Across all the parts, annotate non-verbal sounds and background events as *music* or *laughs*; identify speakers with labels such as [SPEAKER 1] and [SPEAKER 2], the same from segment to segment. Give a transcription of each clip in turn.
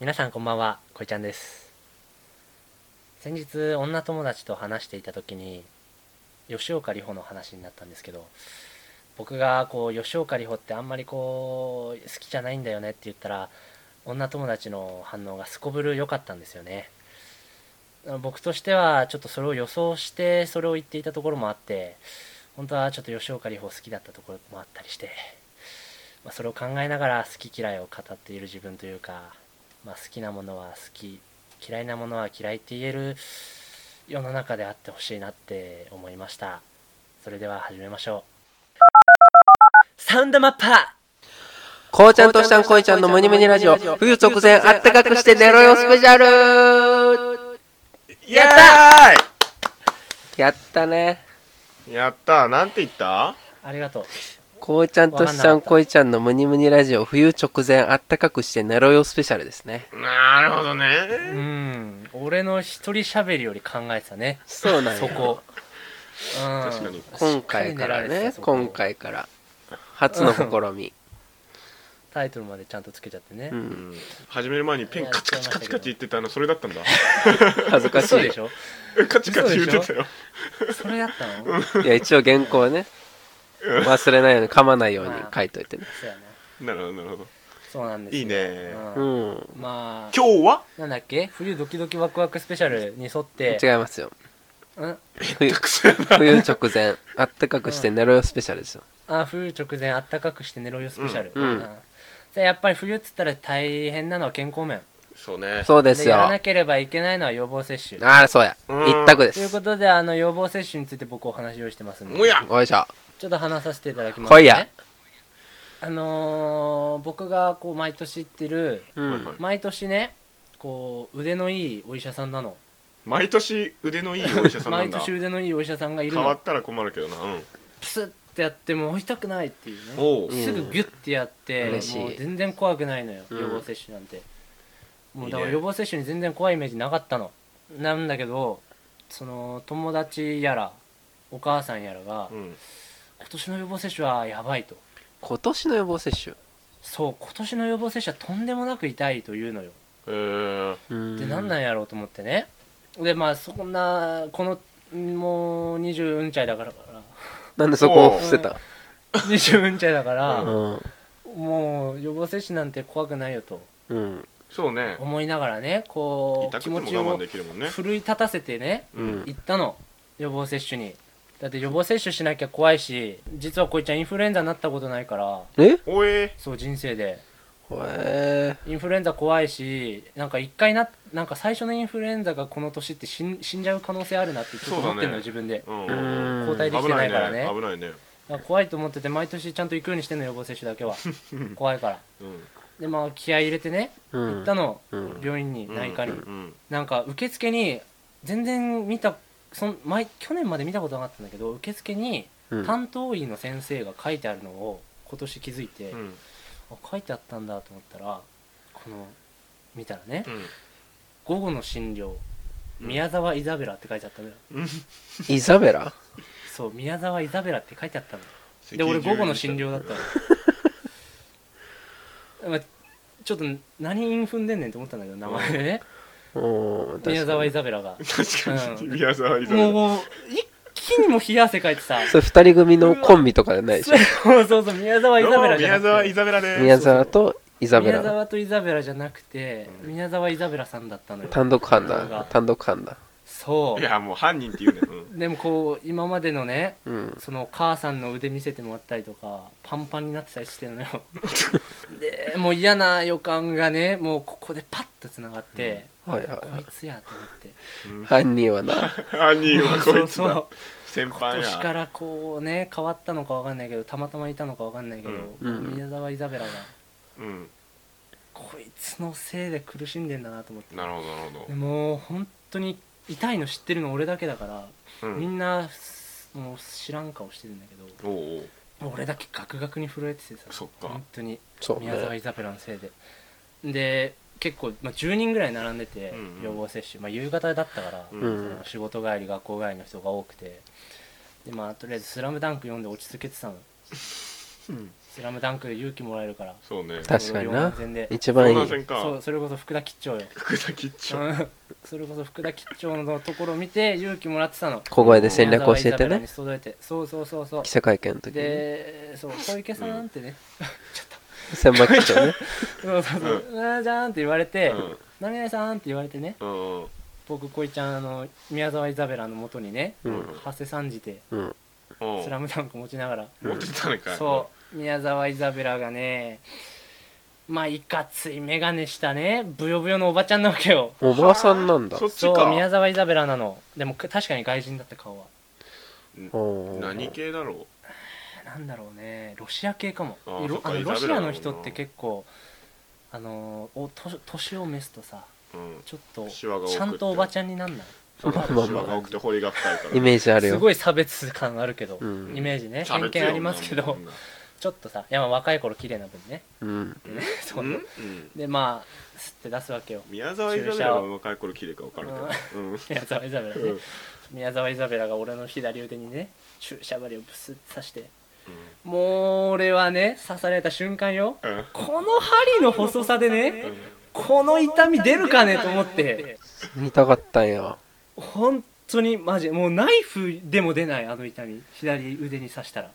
[SPEAKER 1] 皆さんこんばんはこいちゃんです先日女友達と話していた時に吉岡里帆の話になったんですけど僕がこう吉岡里帆ってあんまりこう好きじゃないんだよねって言ったら女友達の反応がすこぶる良かったんですよね僕としてはちょっとそれを予想してそれを言っていたところもあって本当はちょっと吉岡里帆好きだったところもあったりして、まあ、それを考えながら好き嫌いを語っている自分というか、まあ、好きなものは好き嫌いなものは嫌いって言える世の中であってほしいなって思いましたそれでは始めましょうサウンドマッパ
[SPEAKER 2] こうちゃんとしたんこいちゃんのムニムニラジオ、冬直前あったかくして寝ろよスペシャル
[SPEAKER 3] やった
[SPEAKER 2] やったね。
[SPEAKER 3] ーやったーなんて言った
[SPEAKER 1] ーありがとう
[SPEAKER 2] こうちゃんとしたんこいちゃんのムニムニラジオ、冬直前あったかくして寝ろよスペシャルですね。
[SPEAKER 3] なるほど
[SPEAKER 1] う
[SPEAKER 3] ね
[SPEAKER 1] ん俺の一人喋りより考えてたね
[SPEAKER 2] そうなんや
[SPEAKER 1] そこ、うん、
[SPEAKER 3] 確かに
[SPEAKER 2] 今回から
[SPEAKER 1] しっり狙われ
[SPEAKER 2] ね
[SPEAKER 1] て、た
[SPEAKER 2] 今回から。初の試み。
[SPEAKER 1] タイトルまでちゃんとつけちゃってね、
[SPEAKER 2] う。
[SPEAKER 3] うんん始める前にペンカチカチカチカチ言ってたのそれだったんだ
[SPEAKER 2] 恥ずかし
[SPEAKER 1] そうでし
[SPEAKER 2] い。
[SPEAKER 1] ょ
[SPEAKER 3] カチカチ言ってたよ
[SPEAKER 1] それだったの
[SPEAKER 2] いや、一応原稿はね、忘れないように噛まないように書いといてね。
[SPEAKER 1] そうやな
[SPEAKER 3] なるほどなるほど
[SPEAKER 1] そうなんですよ
[SPEAKER 3] いいね
[SPEAKER 2] う
[SPEAKER 1] うん
[SPEAKER 2] ん。
[SPEAKER 1] まあ
[SPEAKER 3] 今日は
[SPEAKER 1] なんだっけ冬ドキドキワクワクスペシャルに沿って
[SPEAKER 2] 違いますよ。
[SPEAKER 1] うん
[SPEAKER 2] 冬
[SPEAKER 3] くそやな
[SPEAKER 2] 冬直前あったかくして寝ろよスペシャルですよ。
[SPEAKER 1] あ冬直前あったかくして寝ろよスペシャル、
[SPEAKER 2] うんうん
[SPEAKER 1] でやっぱり冬っつったら大変なのは健康面
[SPEAKER 3] そうね
[SPEAKER 2] そう
[SPEAKER 1] で
[SPEAKER 2] です
[SPEAKER 1] や
[SPEAKER 2] よ。
[SPEAKER 1] らな
[SPEAKER 2] あ
[SPEAKER 1] ければいけないのは予防接種
[SPEAKER 2] あ、そうや。
[SPEAKER 3] うん
[SPEAKER 2] 一択で
[SPEAKER 1] という
[SPEAKER 2] す
[SPEAKER 1] こ。とであの予防接種について僕お話をしてますんで
[SPEAKER 3] もや
[SPEAKER 2] よいしょ。
[SPEAKER 1] ちょっと話させていただきます、
[SPEAKER 2] 来いや
[SPEAKER 1] あのー僕がこう毎年行ってる
[SPEAKER 2] うん。
[SPEAKER 1] 毎年ねこう腕のいいお医者さんなの
[SPEAKER 3] 毎年腕のいいお医者さんなん
[SPEAKER 1] 毎
[SPEAKER 3] だ
[SPEAKER 1] 年腕のいいお医者さんがいる
[SPEAKER 3] 変わ
[SPEAKER 1] の
[SPEAKER 3] ったら困るけどなうん
[SPEAKER 1] プスってやってもう痛くないっていうね
[SPEAKER 3] おお
[SPEAKER 2] ん
[SPEAKER 1] すぐギュッてやって、
[SPEAKER 2] 嬉しい
[SPEAKER 1] もう全然怖くないのよ、
[SPEAKER 2] うん
[SPEAKER 1] 予防接種なんてもう
[SPEAKER 3] いいね
[SPEAKER 1] だから予防接種に全然怖いイメージなかったのなんだけどその友達やらお母さんやらが、
[SPEAKER 3] うん
[SPEAKER 1] 今年の予防接種はやばいと
[SPEAKER 2] 今年の予防接種。
[SPEAKER 1] そう今年の予防接種はとんでもなく痛いというのよ
[SPEAKER 3] えー
[SPEAKER 2] うん
[SPEAKER 1] でなんなんやろうと思ってねでまあそんなこのもう20うんちゃいだから
[SPEAKER 2] なんでそこを伏せた
[SPEAKER 1] 20うんちゃいだから、
[SPEAKER 2] うん。
[SPEAKER 1] もう予防接種なんて怖くないよと
[SPEAKER 2] うん。
[SPEAKER 3] そうね
[SPEAKER 1] 思いながらねこう
[SPEAKER 3] 痛く
[SPEAKER 1] 気
[SPEAKER 3] ても
[SPEAKER 1] 持
[SPEAKER 3] 我
[SPEAKER 1] ちを
[SPEAKER 3] 慢できるもんね
[SPEAKER 1] 奮い立たせてね
[SPEAKER 2] うん。
[SPEAKER 1] 行ったの予防接種にだって予防接種しなきゃ怖いし実はこいちゃんインフルエンザになったことないから
[SPEAKER 2] え
[SPEAKER 3] おえ
[SPEAKER 1] そう人生で
[SPEAKER 2] ほえ
[SPEAKER 1] インフルエンザ怖いしなんか一回ななんか最初のインフルエンザがこの年って死ん死んじゃう可能性あるなってちょっと思ってんのよ、
[SPEAKER 3] そ
[SPEAKER 1] 自
[SPEAKER 3] うだね
[SPEAKER 1] 分で
[SPEAKER 3] う
[SPEAKER 2] ー。うんん
[SPEAKER 1] 交代でき
[SPEAKER 3] 危
[SPEAKER 1] て
[SPEAKER 3] な
[SPEAKER 1] ないいからね
[SPEAKER 3] ね危ない
[SPEAKER 1] だ
[SPEAKER 3] ね
[SPEAKER 1] から怖いと思ってて毎年ちゃんと行くようにしてんの予防接種だけ
[SPEAKER 3] *laughs*
[SPEAKER 1] は怖いから
[SPEAKER 3] うん
[SPEAKER 1] でまあ気合い入れてね
[SPEAKER 2] う
[SPEAKER 1] 行
[SPEAKER 2] ん
[SPEAKER 1] ったの、
[SPEAKER 2] うん
[SPEAKER 1] 病院に内科に、
[SPEAKER 3] うん
[SPEAKER 1] なんか受付に全然見たそん前去年まで見たことなかったんだけど受付に
[SPEAKER 2] うん
[SPEAKER 1] 担当医の先生が書いてあるのを今年気づいて、
[SPEAKER 3] うんうん
[SPEAKER 1] あ書いてあったんだと思ったらこの見たらね、
[SPEAKER 3] うん
[SPEAKER 1] 午後の診療
[SPEAKER 3] うん
[SPEAKER 1] 宮沢イザベラって書いてあったのよ
[SPEAKER 2] イザベラ
[SPEAKER 1] そう宮沢イザベラって書いてあったので俺午後の診療だったのまあちょっと何イン踏んでんねんと思ったんだけど名前でね
[SPEAKER 2] うん。
[SPEAKER 1] 宮沢イ
[SPEAKER 2] ザ
[SPEAKER 1] ザベラが
[SPEAKER 3] 確かに、
[SPEAKER 1] うん
[SPEAKER 3] 宮沢りさん
[SPEAKER 1] もう一気にもう冷や汗かいてさ
[SPEAKER 2] それ二人組のコンビとかじゃないでしょ。
[SPEAKER 1] そうそうそう宮沢イ
[SPEAKER 3] どう
[SPEAKER 1] ザベ
[SPEAKER 3] も
[SPEAKER 1] ラじゃ
[SPEAKER 3] 宮
[SPEAKER 1] な
[SPEAKER 3] 沢
[SPEAKER 1] く
[SPEAKER 3] イ
[SPEAKER 1] て
[SPEAKER 3] ザベラです
[SPEAKER 2] 宮沢とイザベ
[SPEAKER 1] 宮
[SPEAKER 2] ラ。
[SPEAKER 1] 沢とイザベラじゃなくて
[SPEAKER 3] うん
[SPEAKER 1] 宮沢イザベラさんだったのよ
[SPEAKER 2] 単独犯
[SPEAKER 1] そうだ
[SPEAKER 2] だ。単独犯だ。
[SPEAKER 1] そ
[SPEAKER 3] いやもう犯人って言うね、うん
[SPEAKER 1] うでもこう今までのね
[SPEAKER 2] うん。
[SPEAKER 1] その母さんの腕見せてもらったりとかパンパンになってたりしてるのよでもう嫌な予感がねもうここでパッとつながって、
[SPEAKER 2] はいはい
[SPEAKER 1] こ
[SPEAKER 2] はい
[SPEAKER 1] いつやと思って
[SPEAKER 3] うん
[SPEAKER 2] 犯人はな。
[SPEAKER 3] 犯人はこいつ
[SPEAKER 1] そうそう
[SPEAKER 3] だ先
[SPEAKER 1] 今
[SPEAKER 3] 輩
[SPEAKER 1] 年か
[SPEAKER 3] や
[SPEAKER 1] らこうね変わったのかわかんないけどたまたまいたのかわかんないけど、
[SPEAKER 2] うんうん
[SPEAKER 1] 宮沢イザベラが
[SPEAKER 3] うん
[SPEAKER 1] こいつのせいで苦しんでんだなと思って
[SPEAKER 3] なるほどなるほ
[SPEAKER 1] でもう本当に痛いの知ってるの俺だけだから、
[SPEAKER 3] どう
[SPEAKER 1] み
[SPEAKER 3] ん
[SPEAKER 1] んなもう知らん顔してるんだけど
[SPEAKER 3] おうおう
[SPEAKER 1] 俺だけガクガクに震えててさ
[SPEAKER 3] そっか
[SPEAKER 1] 本当に
[SPEAKER 2] そう
[SPEAKER 1] 宮沢
[SPEAKER 2] ね。
[SPEAKER 1] イザベラのせいでで結構、まあ、10人ぐらい並んでて、
[SPEAKER 3] うんうん
[SPEAKER 1] 予防接種、まあ、夕方だったから、
[SPEAKER 3] う
[SPEAKER 2] う
[SPEAKER 1] そ
[SPEAKER 2] ん
[SPEAKER 1] の。仕事帰り学校帰りの人が多くてでまあとりあえず「スラムダンク読んで落ち着けてたの
[SPEAKER 3] うん
[SPEAKER 1] 「スラムダンクで勇気もらえるから
[SPEAKER 3] そうね
[SPEAKER 2] 確かにな
[SPEAKER 1] 俺4で
[SPEAKER 2] 一番いい
[SPEAKER 3] そうなんですよか
[SPEAKER 1] そうそれこそ福田吉兆よ
[SPEAKER 3] 福田吉
[SPEAKER 1] う
[SPEAKER 3] 兆
[SPEAKER 1] ん *laughs* それこそ福田吉兆のところを見て勇気もらってたの
[SPEAKER 2] 小声で戦略教えて
[SPEAKER 1] 宮沢イザベラ
[SPEAKER 2] ね
[SPEAKER 1] に届いてそうそうそうそう
[SPEAKER 2] 記者会見の時に
[SPEAKER 1] でそう小池さんってね、
[SPEAKER 2] 千葉機長ね
[SPEAKER 1] そうそうそう「うわーじゃん」って言われて
[SPEAKER 3] うん
[SPEAKER 1] 「何々さん」って言われてね
[SPEAKER 3] うんうん
[SPEAKER 1] 僕こいちゃんあの宮沢イザベラのもとにね
[SPEAKER 2] うん
[SPEAKER 1] 馳せ参じて
[SPEAKER 2] うん
[SPEAKER 1] 「スラムダンク持ちながら
[SPEAKER 3] 持ってたのかい
[SPEAKER 1] そう宮沢イザベラがねまあいかつい眼鏡したねブヨブヨのおばちゃんなわけよ
[SPEAKER 2] おばさんなんだ
[SPEAKER 3] そっち
[SPEAKER 1] そう
[SPEAKER 3] か
[SPEAKER 1] 宮沢イザベラなのでもか確かに外人だった顔は
[SPEAKER 2] おー
[SPEAKER 3] 何系だろ
[SPEAKER 1] なんだろうねロシア系かも
[SPEAKER 3] あー
[SPEAKER 1] いろ
[SPEAKER 3] そっか
[SPEAKER 1] あの
[SPEAKER 3] イザベ
[SPEAKER 1] ロ
[SPEAKER 3] ラだ
[SPEAKER 1] シアの人
[SPEAKER 3] もん
[SPEAKER 1] っ
[SPEAKER 3] な
[SPEAKER 1] て結構あのお年年を召すとさ
[SPEAKER 3] ううん
[SPEAKER 1] ちょっと
[SPEAKER 3] シワが多くて
[SPEAKER 1] ちゃんとおばちゃんになんない
[SPEAKER 3] そうだ
[SPEAKER 2] まあまあ
[SPEAKER 3] シワが多くて彫りが深いから
[SPEAKER 2] イメージある
[SPEAKER 1] す
[SPEAKER 2] よ
[SPEAKER 1] ごい差別感あるけど、
[SPEAKER 2] うん
[SPEAKER 1] イメージね
[SPEAKER 3] 差
[SPEAKER 1] 偏
[SPEAKER 3] 別
[SPEAKER 1] 見
[SPEAKER 3] よ
[SPEAKER 1] ありますけど
[SPEAKER 3] そんな
[SPEAKER 1] ちょっとさいやまあ若い頃綺麗な分ね
[SPEAKER 2] うん
[SPEAKER 1] でね *laughs* そう
[SPEAKER 3] うん
[SPEAKER 1] う
[SPEAKER 3] うん
[SPEAKER 1] でまあ吸って出すわけよ
[SPEAKER 3] 宮沢イザベラが若い頃綺麗か分からんけどうん
[SPEAKER 1] 宮沢イザベラね、宮沢イザベラが俺の左腕にね注射針をブスッと刺してもう俺はね刺された瞬間よ
[SPEAKER 3] うん
[SPEAKER 1] この針の細さでねこの痛み出るかねと思って
[SPEAKER 2] 見たかったんや
[SPEAKER 1] 本当にマジもうナイフでも出ないあの痛み左腕に刺したら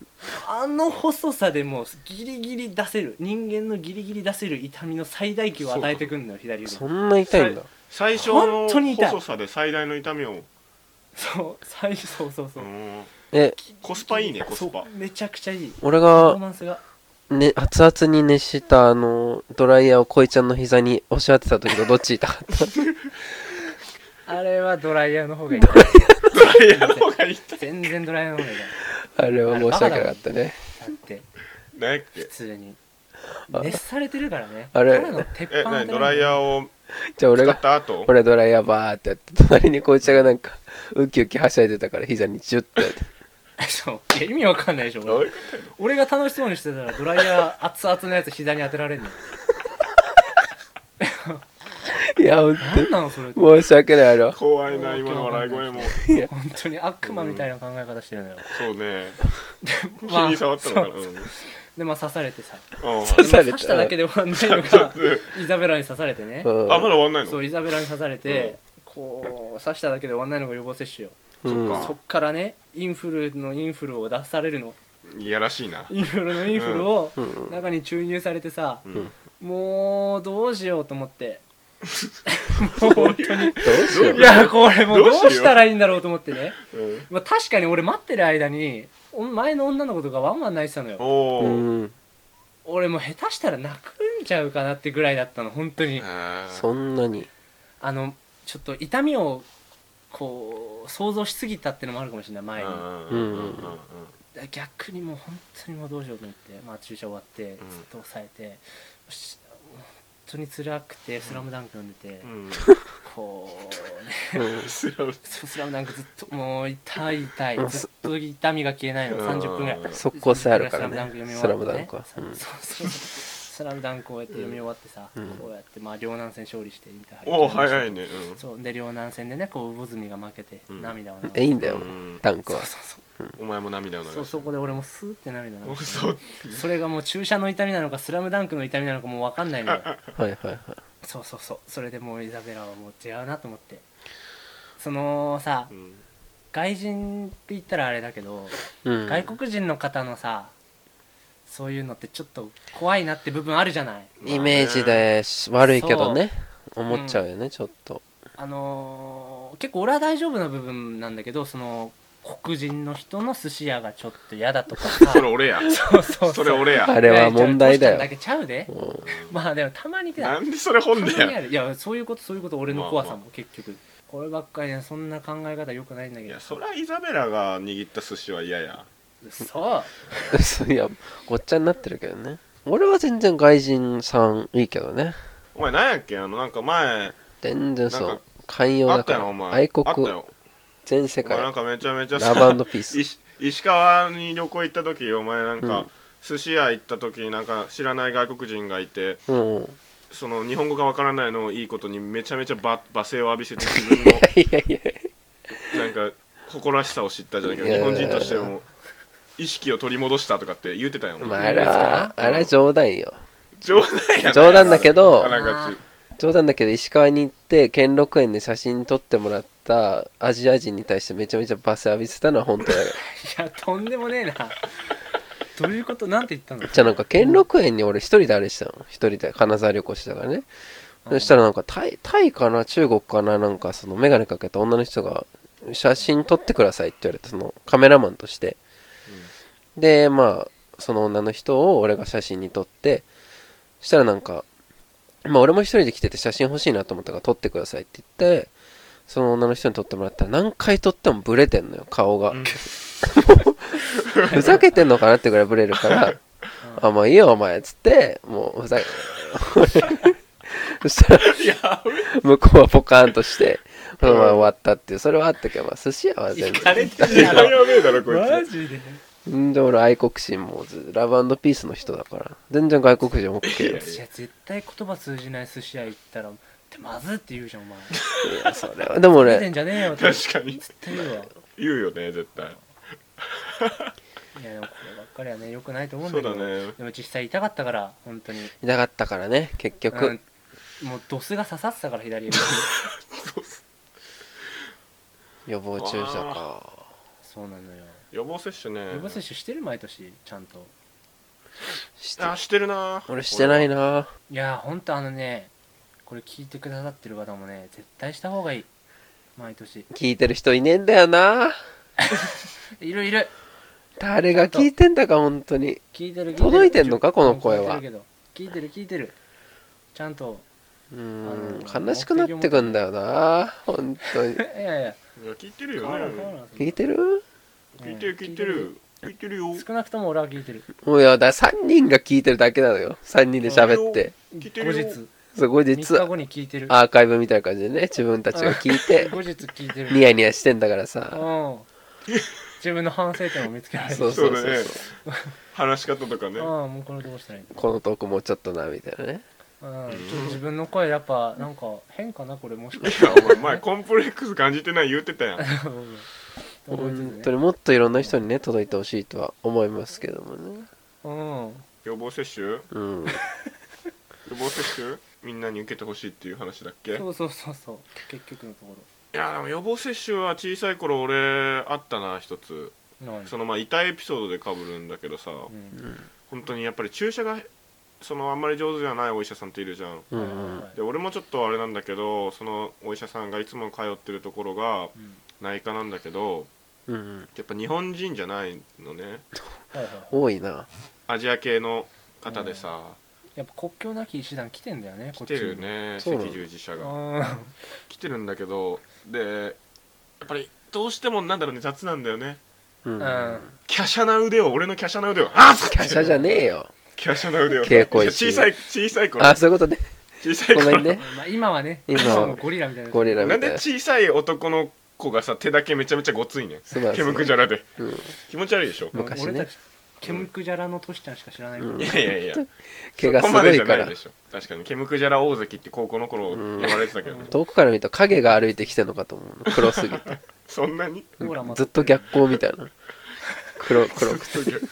[SPEAKER 1] あの細さでもうギリギリ出せる人間のギリギリ出せる痛みの最大級を与えてくんのよ左腕に
[SPEAKER 2] そんな痛いんだ
[SPEAKER 3] 最初
[SPEAKER 1] 本当に
[SPEAKER 3] の
[SPEAKER 1] 痛い
[SPEAKER 3] 細さで最大の痛みを
[SPEAKER 1] そう最初そうそうそう、
[SPEAKER 3] うん
[SPEAKER 2] え
[SPEAKER 3] コスパいいねコスパ
[SPEAKER 1] そうめちゃくちゃいい
[SPEAKER 2] 俺
[SPEAKER 1] パフォー
[SPEAKER 2] が
[SPEAKER 1] マンスが
[SPEAKER 2] ね熱々に熱したあのドライヤーをこいちゃんの膝に押し当てた時のどっち痛かった
[SPEAKER 1] あれはドライヤーの方がいい *laughs*
[SPEAKER 3] ドライヤーの方がいいって
[SPEAKER 1] 全然ドライヤーの方がいいだ
[SPEAKER 2] *laughs* あれは申し訳なかったね
[SPEAKER 1] って
[SPEAKER 3] 何やっけ
[SPEAKER 1] 普通に
[SPEAKER 2] あ
[SPEAKER 1] 熱されてるからね
[SPEAKER 2] あれ
[SPEAKER 1] ただの鉄
[SPEAKER 3] え
[SPEAKER 1] 板
[SPEAKER 3] 何ドライヤー
[SPEAKER 1] を
[SPEAKER 3] を
[SPEAKER 2] じゃあ俺
[SPEAKER 3] 使
[SPEAKER 2] が
[SPEAKER 3] った後
[SPEAKER 2] 俺ドライヤーバーってやって隣にこいちゃんがなんかウキウキはしゃいでたから膝にジュッてやって
[SPEAKER 1] *laughs* そういや意味わかんないでしょ
[SPEAKER 3] どう
[SPEAKER 1] 俺
[SPEAKER 3] いうこ
[SPEAKER 1] 俺が楽しそうにしてたらドライヤー *laughs* 熱々のやつ膝に当てられんの
[SPEAKER 2] いやほん
[SPEAKER 1] 何なのそれって
[SPEAKER 2] と申し訳ないあれは
[SPEAKER 3] と怖いな今の笑い声も
[SPEAKER 1] 本当に悪魔みたいな考え方してるのよ、
[SPEAKER 3] そうね気
[SPEAKER 1] まあ
[SPEAKER 3] に触ったのかな
[SPEAKER 1] そううんでまあ刺されてさ
[SPEAKER 3] うん
[SPEAKER 2] 刺された
[SPEAKER 1] 刺しただけで終わんないの
[SPEAKER 3] ち
[SPEAKER 2] *laughs*
[SPEAKER 3] ょ
[SPEAKER 1] が
[SPEAKER 3] っと
[SPEAKER 1] イザベラに刺されてね、
[SPEAKER 2] うん
[SPEAKER 3] あまだ終わんないの
[SPEAKER 1] そうイザベラに刺されて、こう刺しただけで終わんないのが予防接種よ
[SPEAKER 2] うん
[SPEAKER 3] そっか
[SPEAKER 1] そっからねインフルのインフルを出されるの
[SPEAKER 3] いやらしいな
[SPEAKER 1] インフルのインフルを
[SPEAKER 2] うんうん
[SPEAKER 1] 中に注入されてさ、
[SPEAKER 3] うん
[SPEAKER 2] ん
[SPEAKER 1] もうどうしようと思って
[SPEAKER 2] *laughs*
[SPEAKER 1] もう本当に
[SPEAKER 2] どうしよう
[SPEAKER 1] いやこれもう
[SPEAKER 3] どうしよう
[SPEAKER 1] どうしたらいいんだろうと思ってね、
[SPEAKER 3] うん
[SPEAKER 1] まあ、確かに俺待ってる間にお前の女の子とかワンワン泣いてたのよ
[SPEAKER 3] お
[SPEAKER 2] う
[SPEAKER 3] お
[SPEAKER 2] ん
[SPEAKER 1] 俺もう下手したら泣くんちゃうかなってぐらいだったの本当に
[SPEAKER 2] そんなに
[SPEAKER 1] あのちょっと痛みをこう想像しすぎたってのもあるかもしれない前に
[SPEAKER 2] うんうん
[SPEAKER 3] うん
[SPEAKER 1] 逆にもう本当にもうどうしようと思って、まあ、注射終わってずっと抑えて、よし本当に辛くて「スラムダンク読んでて、
[SPEAKER 3] うん
[SPEAKER 1] こうね
[SPEAKER 2] うん
[SPEAKER 3] スラム
[SPEAKER 1] そうスラムダンクずっともう痛い痛
[SPEAKER 2] う
[SPEAKER 1] い
[SPEAKER 2] ん
[SPEAKER 1] ずっと痛みが消えないの
[SPEAKER 3] うん
[SPEAKER 1] 30分ぐらい
[SPEAKER 2] 即効性あるからね
[SPEAKER 1] ス
[SPEAKER 2] ス
[SPEAKER 1] ラ
[SPEAKER 2] ラ
[SPEAKER 1] ム
[SPEAKER 2] ム
[SPEAKER 1] ダ
[SPEAKER 2] ダ
[SPEAKER 1] ン
[SPEAKER 2] ン
[SPEAKER 1] ク読
[SPEAKER 2] クは
[SPEAKER 1] み終わってねそうそうそうスラムダンクをやって読み終わってさ、
[SPEAKER 2] うん
[SPEAKER 1] こうやってまあ両南戦勝利してインターハイ
[SPEAKER 3] おお
[SPEAKER 1] 決めました
[SPEAKER 3] 早いねうん
[SPEAKER 1] そうで両南戦でねこう魚住が負けて
[SPEAKER 3] うん
[SPEAKER 1] 涙を流して、
[SPEAKER 2] うんいいんだよ
[SPEAKER 3] うん
[SPEAKER 2] ダンク
[SPEAKER 1] そう
[SPEAKER 2] は
[SPEAKER 1] そう
[SPEAKER 3] お前も涙を流
[SPEAKER 1] そう
[SPEAKER 3] す
[SPEAKER 1] そうそこで俺もスーって涙流して
[SPEAKER 3] *laughs* そう
[SPEAKER 1] それがもう注射の痛みなのかスラムダンクの痛みなのかもう分かんないのよ
[SPEAKER 2] はいはいはい
[SPEAKER 1] そうそうそうそれでもうイザベラはもう違うなと思ってそのさ
[SPEAKER 3] うん
[SPEAKER 1] 外人って言ったらあれだけど、
[SPEAKER 2] うん
[SPEAKER 1] 外国人の方のさそういうのってちょっと怖いなって部分あるじゃない
[SPEAKER 2] イメージでし悪いけどね思っちゃうよねちょっと *laughs*
[SPEAKER 1] あのー結構俺は大丈夫な部分なんだけどその黒人の人の寿司屋がちょっと嫌だとかさ
[SPEAKER 3] それ俺や
[SPEAKER 1] *laughs* そうそうそう
[SPEAKER 3] それ俺や
[SPEAKER 2] あれは問題だよ
[SPEAKER 1] いやちょっとちょっとだけちゃうで
[SPEAKER 2] うん
[SPEAKER 1] まあでもたまに
[SPEAKER 3] な
[SPEAKER 1] た
[SPEAKER 3] んでそれ
[SPEAKER 1] ま
[SPEAKER 3] 本
[SPEAKER 1] に
[SPEAKER 3] で
[SPEAKER 1] あ
[SPEAKER 3] や
[SPEAKER 1] るいやそういうことそういうこと俺の怖さ
[SPEAKER 3] まあ
[SPEAKER 1] も結局、こればっかりねそんな考え方よくないんだ
[SPEAKER 3] い
[SPEAKER 1] けど
[SPEAKER 3] やそりゃイザベラが握った寿司は嫌や
[SPEAKER 1] そう
[SPEAKER 2] そういやごっちゃになってるけどね俺は全然外人さんいいけどね
[SPEAKER 3] お前なんやっけあのなんか前
[SPEAKER 2] 全然そ
[SPEAKER 3] なん
[SPEAKER 2] う
[SPEAKER 3] か
[SPEAKER 2] 寛容
[SPEAKER 3] あ
[SPEAKER 2] だ
[SPEAKER 3] った
[SPEAKER 2] か
[SPEAKER 3] やろお
[SPEAKER 2] ら
[SPEAKER 3] 前
[SPEAKER 2] 愛
[SPEAKER 3] あった
[SPEAKER 2] 国
[SPEAKER 3] よ
[SPEAKER 2] 全世
[SPEAKER 3] お前なん
[SPEAKER 2] 界
[SPEAKER 3] かめちゃめちゃ
[SPEAKER 2] ラブピース
[SPEAKER 3] *laughs* 石石川に旅行行った時お前なんか、
[SPEAKER 2] うん
[SPEAKER 3] 寿司屋行った時なんか知らない外国人がいて
[SPEAKER 2] うん
[SPEAKER 3] その日本語がわからないのをいいことにめちゃめちゃば罵声を浴び
[SPEAKER 2] *laughs*
[SPEAKER 3] せて自分の
[SPEAKER 2] いやいや
[SPEAKER 3] なんか誇らしさを知ったじゃないけ
[SPEAKER 2] い
[SPEAKER 3] ど
[SPEAKER 2] や
[SPEAKER 3] 日本人としても意識を取り戻したとかって言ってたよ、
[SPEAKER 2] まあ、あれは、あれは冗談よ。
[SPEAKER 3] 冗談やな
[SPEAKER 2] 冗談だけど
[SPEAKER 3] あながち
[SPEAKER 2] 冗談だけど、石川に行って、兼六園で写真撮ってもらったアジア人に対してめちゃめちゃバス浴びせたのは本当だよ。
[SPEAKER 1] いやとんでもねえなどういうことなんて言ったの
[SPEAKER 2] じゃあなんか兼六園に俺一人であれしたの一人で金沢旅行してたからねそしたらなんかタイタイかな中国かななんかその眼鏡かけた女の人が写真撮ってくださいって言われてそのカメラマンとして、でまあその女の人を俺が写真に撮ってそしたらなんかまあ俺も一人で来てて写真欲しいなと思ったから撮ってくださいって言ってその女の人に撮ってもらったら何回撮ってもブレてんのよ顔が、もうふざけてんのかなってぐらいブレるからあ、もういいよ、お前、つって、もう、ふざけ、 *laughs* そしたら、向こうはポカーンとして、このまま終わったっていう、それはあったけど、まあ、寿司屋は全
[SPEAKER 1] 行かれて
[SPEAKER 3] い
[SPEAKER 1] る
[SPEAKER 3] や
[SPEAKER 1] や
[SPEAKER 3] や
[SPEAKER 1] ろ
[SPEAKER 3] べえだろこ
[SPEAKER 1] マ
[SPEAKER 3] い
[SPEAKER 1] ジで
[SPEAKER 2] 部。んで、俺、愛国心もず、ラブピースの人だから、全然外国人 OK よ。
[SPEAKER 1] いや絶対言葉通じない寿司屋行ったらってまずって言うじゃんお前
[SPEAKER 2] いや、それは、でも
[SPEAKER 1] 出て
[SPEAKER 2] 俺、
[SPEAKER 1] んじゃねえよって
[SPEAKER 3] つ確かに
[SPEAKER 1] 絶対言うわ
[SPEAKER 3] 言うよね絶対
[SPEAKER 1] いやでもこればっかりはね良くないと思うん
[SPEAKER 3] そ
[SPEAKER 1] だ
[SPEAKER 3] う
[SPEAKER 1] けど
[SPEAKER 3] だね
[SPEAKER 1] でも実際痛かったから本当に、
[SPEAKER 2] 痛かったからね、結局。
[SPEAKER 1] うん、もうドスが刺さってたから左
[SPEAKER 2] *laughs*
[SPEAKER 1] 指
[SPEAKER 2] 予防注射か。
[SPEAKER 1] そうなのよ
[SPEAKER 3] 予防接種ね
[SPEAKER 1] 予防接種してる毎年ちゃんと
[SPEAKER 2] して
[SPEAKER 3] あしてるな
[SPEAKER 2] 俺、してないない
[SPEAKER 1] やーほんとあのねこれ聞いてくださってる方もね絶対した方がいい毎年
[SPEAKER 2] 聞いてる人いねえんだよない
[SPEAKER 1] るいる
[SPEAKER 2] 誰が聞いてんだか、本当に。
[SPEAKER 1] 聞いてる聞いてる
[SPEAKER 2] 届いてんのかこの声は
[SPEAKER 1] 聞いてるけど聞いてる聞いてるちゃんと
[SPEAKER 2] うーん、悲しくなってくんだよな本当 *laughs* に
[SPEAKER 1] い。やいや
[SPEAKER 3] いや聞いてるよ
[SPEAKER 1] 変わらん変わ
[SPEAKER 3] ね
[SPEAKER 1] らん
[SPEAKER 2] 聞いてる
[SPEAKER 3] 聞いてる聞いてる聞いてるよ
[SPEAKER 1] 少なくとも俺は聞いてる
[SPEAKER 2] もうやだ3人が聞いてるだけなのよ3人で喋って
[SPEAKER 3] 聞いてるよ
[SPEAKER 1] 後日
[SPEAKER 2] そう後日
[SPEAKER 1] 3日後に聞いてる
[SPEAKER 2] アーカイブみたいな感じでね自分たちが聞いて
[SPEAKER 1] 後日聞いてる
[SPEAKER 2] ニヤニヤしてんだから
[SPEAKER 1] う
[SPEAKER 2] さ
[SPEAKER 1] ん自分の反省点を見つけられる
[SPEAKER 2] そう
[SPEAKER 3] そ
[SPEAKER 2] そうう
[SPEAKER 3] だ
[SPEAKER 2] そう
[SPEAKER 3] ね
[SPEAKER 2] そう
[SPEAKER 3] 話し方とかね
[SPEAKER 1] ああもうこれどうしたらいい
[SPEAKER 2] このトークもうちょっとなみたいなね
[SPEAKER 1] の、うん、ちょっと自分の声やっぱなんか変かなこれもしかし
[SPEAKER 3] いや *laughs* お前前コンプレックス感じてない言うてたやん
[SPEAKER 1] たら *laughs* うん思いつつ
[SPEAKER 2] 本
[SPEAKER 1] ね
[SPEAKER 2] 当にもっといろんな人にね届いてほしいとは思いますけどもね
[SPEAKER 1] うん
[SPEAKER 3] 予防接種予
[SPEAKER 2] うん
[SPEAKER 3] 防接種みんなに受けてほしいっていう話だっけい
[SPEAKER 1] そうそうそうそう結局のとこ
[SPEAKER 3] やでも予防接種は小さい頃俺あったな一つ
[SPEAKER 1] ろなん
[SPEAKER 3] そのまあ痛いエピソードでかぶるんだけどさ
[SPEAKER 1] うん
[SPEAKER 3] 本当にやっぱり注射がそのあんまり上手じゃないお医者さんっているじゃん
[SPEAKER 2] うんう
[SPEAKER 1] はい
[SPEAKER 2] ん
[SPEAKER 1] はい
[SPEAKER 3] で俺もちょっとあれなんだけどそのお医者さんがいつも通ってるところが
[SPEAKER 1] うん
[SPEAKER 3] 内科なんだけど
[SPEAKER 2] うんうん
[SPEAKER 3] やっぱ日本人じゃないのね
[SPEAKER 1] はいはい
[SPEAKER 2] 多いな
[SPEAKER 3] アジア系の方でさ
[SPEAKER 1] やっぱ国境なき医師団来てんだよねこ
[SPEAKER 3] 来
[SPEAKER 1] っちに
[SPEAKER 3] てるね
[SPEAKER 2] そう
[SPEAKER 3] 赤
[SPEAKER 2] なの
[SPEAKER 3] 十字社
[SPEAKER 1] う
[SPEAKER 3] が
[SPEAKER 1] ん
[SPEAKER 3] 来てるんだけどでやっぱりどうしてもなんだろうね雑なんだよね
[SPEAKER 2] うん
[SPEAKER 1] うん
[SPEAKER 3] 華奢な腕を俺の華奢な腕をあっ
[SPEAKER 2] キャシャじゃねえよ
[SPEAKER 3] 華奢な腕を
[SPEAKER 2] 稽古石
[SPEAKER 3] 小さい小さい頃
[SPEAKER 2] あそういうことね
[SPEAKER 3] 小さい
[SPEAKER 2] ご
[SPEAKER 3] 頃
[SPEAKER 2] めんね
[SPEAKER 1] まあ今はね
[SPEAKER 2] 今は
[SPEAKER 1] もうゴリラみたいな
[SPEAKER 2] ゴリラみ
[SPEAKER 3] な
[SPEAKER 2] た
[SPEAKER 3] ん
[SPEAKER 2] いな
[SPEAKER 3] で小さい男の子がさ手だけめちゃめちゃごついね
[SPEAKER 2] すまん
[SPEAKER 3] 毛むくじゃらで
[SPEAKER 2] うん
[SPEAKER 3] 気持ち悪いでしょ
[SPEAKER 1] もう
[SPEAKER 2] 昔ね
[SPEAKER 1] 俺たちケムクジャラのトシちゃんしか知らないから、
[SPEAKER 2] うん
[SPEAKER 3] いやいやいや
[SPEAKER 2] 毛が
[SPEAKER 3] そ
[SPEAKER 2] す
[SPEAKER 3] こ
[SPEAKER 2] ご
[SPEAKER 3] まで
[SPEAKER 2] い
[SPEAKER 3] じゃ
[SPEAKER 2] か
[SPEAKER 3] ない
[SPEAKER 2] ら
[SPEAKER 3] でしょ確かに毛むくじゃら大関って高校の頃言われてたけ
[SPEAKER 2] *laughs*
[SPEAKER 3] どね
[SPEAKER 2] 遠くから見ると影が歩いてきてるのかと思うの黒すぎて
[SPEAKER 3] そんなに
[SPEAKER 1] ほらま
[SPEAKER 2] ずっと逆光みたいな黒黒くて
[SPEAKER 3] そうい
[SPEAKER 1] そ
[SPEAKER 3] う
[SPEAKER 1] うね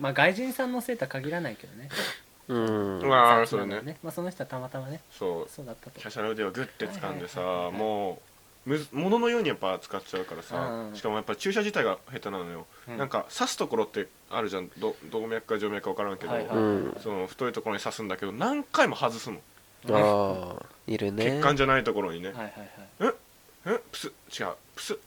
[SPEAKER 1] まあ外人さんのせいとは限らないけどね
[SPEAKER 2] うん
[SPEAKER 3] まあ
[SPEAKER 1] 雑
[SPEAKER 3] そ
[SPEAKER 1] な
[SPEAKER 3] うん
[SPEAKER 1] だよ
[SPEAKER 3] ね
[SPEAKER 1] まあその人はたまたまね
[SPEAKER 3] そう
[SPEAKER 1] そうだったと
[SPEAKER 3] 華奢な腕をグッて掴んで
[SPEAKER 1] はいはいはい
[SPEAKER 3] さ
[SPEAKER 1] はい
[SPEAKER 3] もうむず物のようにやっぱ使っちゃうから
[SPEAKER 1] う
[SPEAKER 3] さ
[SPEAKER 1] ん
[SPEAKER 3] しかもやっぱ注射自体が下手なのよ
[SPEAKER 1] うん
[SPEAKER 3] なんか刺すところってあるじゃんど動脈か静脈か分からんけど
[SPEAKER 1] はいは
[SPEAKER 2] う
[SPEAKER 1] い
[SPEAKER 2] ん
[SPEAKER 3] その太いところに刺すんだけど何回も外すの
[SPEAKER 1] ねは
[SPEAKER 2] ああいるね
[SPEAKER 3] 血管じゃないところにね
[SPEAKER 1] いはいはい
[SPEAKER 3] うんプス違うプス違う